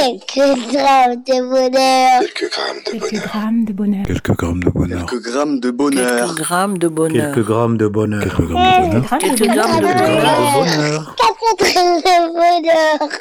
Quelques grammes de bonheur. Quelques grammes de Quelques bonheur. grammes de bonheur. Quelques grammes de bonheur. Quelques grammes de Quelques bonheur. grammes de bonheur. Quelques grammes de bonheur. Quelques grammes de bonheur. Quelques Quelques grammes grammes de de bonheur. bonheur. Quatre grammes de bonheur.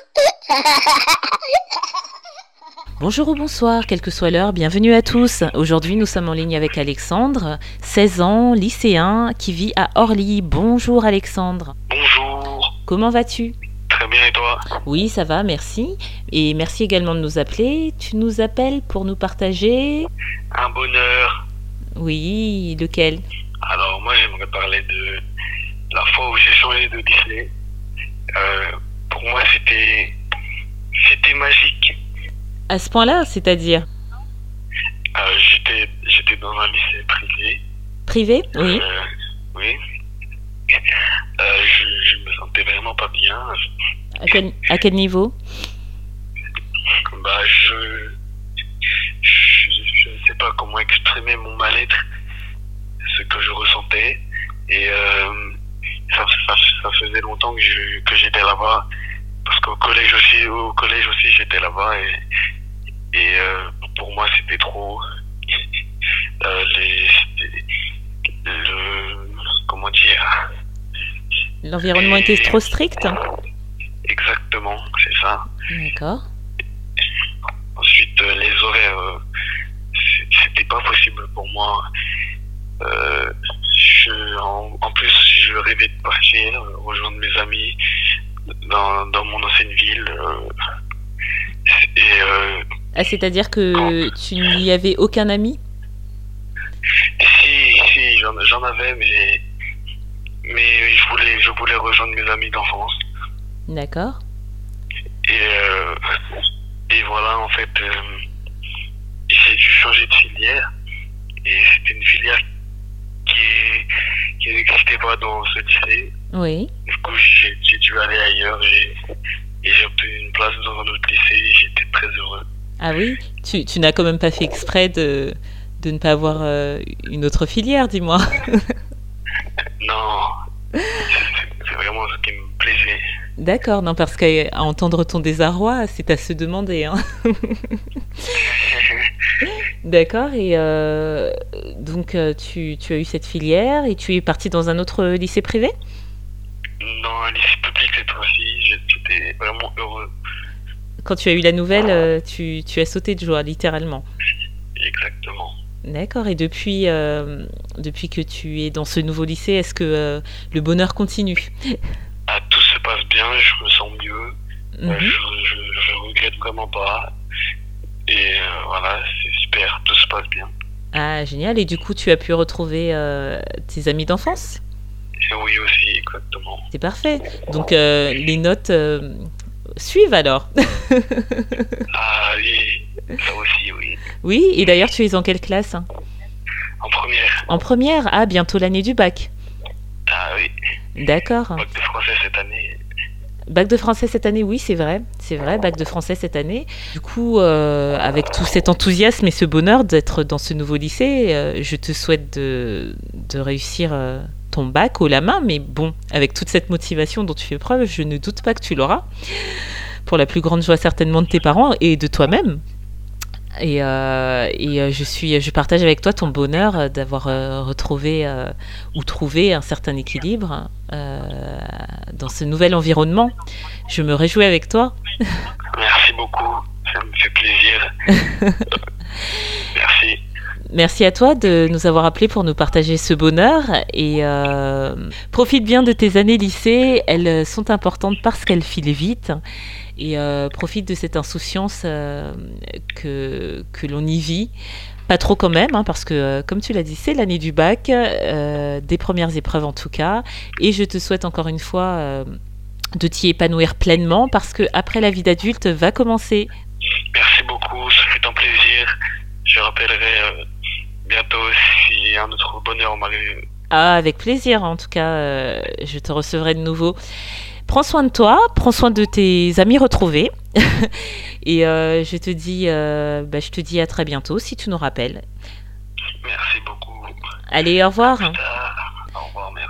Bonjour ou bonsoir, quelle que soit l'heure, bienvenue à tous. Aujourd'hui, nous sommes en ligne avec Alexandre, 16 ans, lycéen, qui vit à Orly. Bonjour Alexandre, Bonjour. comment vas-tu Très bien et toi Oui, ça va, merci. Et merci également de nous appeler. Tu nous appelles pour nous partager Un bonheur. Oui, lequel Alors moi j'aimerais parler de la fois où j'ai changé de Disney. Euh, pour moi c'était c'était magique. À ce point-là, c'est-à-dire Euh, j'étais j'étais dans un lycée privé. privé Oui. Euh, oui. Euh, je, je me sentais vraiment pas bien. À quel, à quel niveau Bah je je, je sais pas comment exprimer mon mal-être, ce que je ressentais et euh, ça, ça, ça faisait longtemps que je, que j'étais là-bas parce qu'au collège aussi au collège aussi j'étais là-bas et et euh, pour moi c'était trop euh, les le comment dire L'environnement était trop strict exactement c'est ça D'accord. Ensuite, euh, les horaires, euh, c- c'était pas possible pour moi. Euh, je, en, en plus, je rêvais de partir, euh, rejoindre mes amis dans, dans mon ancienne ville. euh, et euh, Ah, c'est-à-dire que tu n'y avais aucun ami si, si, j'en j'en avais, mais, mais je, voulais, je voulais rejoindre mes amis d'enfance. D'accord. Et, euh, et voilà, en fait, euh, j'ai dû changer de filière. Et c'était une filière qui, qui n'existait pas dans ce lycée. Oui. Du coup, j'ai j'ai dû aller ailleurs et, et j'ai obtenu une place dans un autre lycée. et J'étais très heureux. Ah oui Tu, tu n'as quand même pas fait exprès de, de ne pas avoir euh, une autre filière, dis-moi. Non, c'est c'est vraiment ce qui me plaisait. D'accord, non, parce qu'à à entendre ton désarroi, c'est à se demander. hein. D'accord, et euh, donc euh, tu, tu as eu cette filière et tu es parti dans un autre lycée privé Dans un lycée public cette fois-ci, j'étais vraiment heureux. Quand tu as eu la nouvelle, euh, tu, tu as sauté de joie, littéralement. Exactement. D'accord, et depuis, euh, depuis que tu es dans ce nouveau lycée, est-ce que euh, le bonheur continue Ah, tout se passe bien, je me sens mieux. Mhm. Euh, Je, je, je regrette vraiment pas. Et euh, voilà, c'est super, tout se passe bien. Ah, génial, et du coup, tu as pu retrouver euh, tes amis d'enfance Et oui aussi, exactement. C'est parfait. Donc euh, les notes euh, suivent alors. Ah oui, ça aussi, oui. Oui, et d'ailleurs tu es en quelle classe hein En première, En première Ah, bientôt l'année du bac. ah oui, D'accord. bac de français cette année. Bac de français cette année, oui, c'est vrai. C'est vrai, bac de français cette année. Du coup, euh, avec tout cet enthousiasme et ce bonheur d'être dans ce nouveau lycée, euh, je te souhaite de, de réussir euh, ton bac au la main. Mais bon, avec toute cette motivation dont tu fais preuve, je ne doute pas que tu l'auras. Pour la plus grande joie certainement de tes parents et de toi-même. Et, euh, et, euh, je, suis, je partage avec toi ton bonheur euh, d'avoir euh, retrouvé euh, ou trouvé un certain équilibre euh, dans ce nouvel environnement. Je me réjouis avec toi. Merci beaucoup, ça me fait plaisir. Merci. Merci à toi de nous avoir appelés pour nous partager ce bonheur et euh, profite bien de tes années lycée. Elles euh, sont importantes parce qu'elles filent vite et euh, profite de cette insouciance euh, que, que l'on y vit. Pas trop quand même, hein, parce que euh, comme tu l'as dit, c'est l'année du bac, euh, des premières épreuves en tout cas. Et je te souhaite encore une fois euh, de t'y épanouir pleinement parce que après la vie d'adulte va commencer. Merci beaucoup, ça fait un plaisir. Je rappellerai euh, bientôt si un autre bonheur m'arrive. Ah, avec plaisir. En tout cas, euh, je te recevrai de nouveau. Prends soin de toi, prends soin de tes amis retrouvés. Et euh, je, te dis, euh, bah, je te dis à très bientôt si tu nous rappelles. Merci beaucoup. Allez, au revoir. hein. Ah, Au revoir, merci.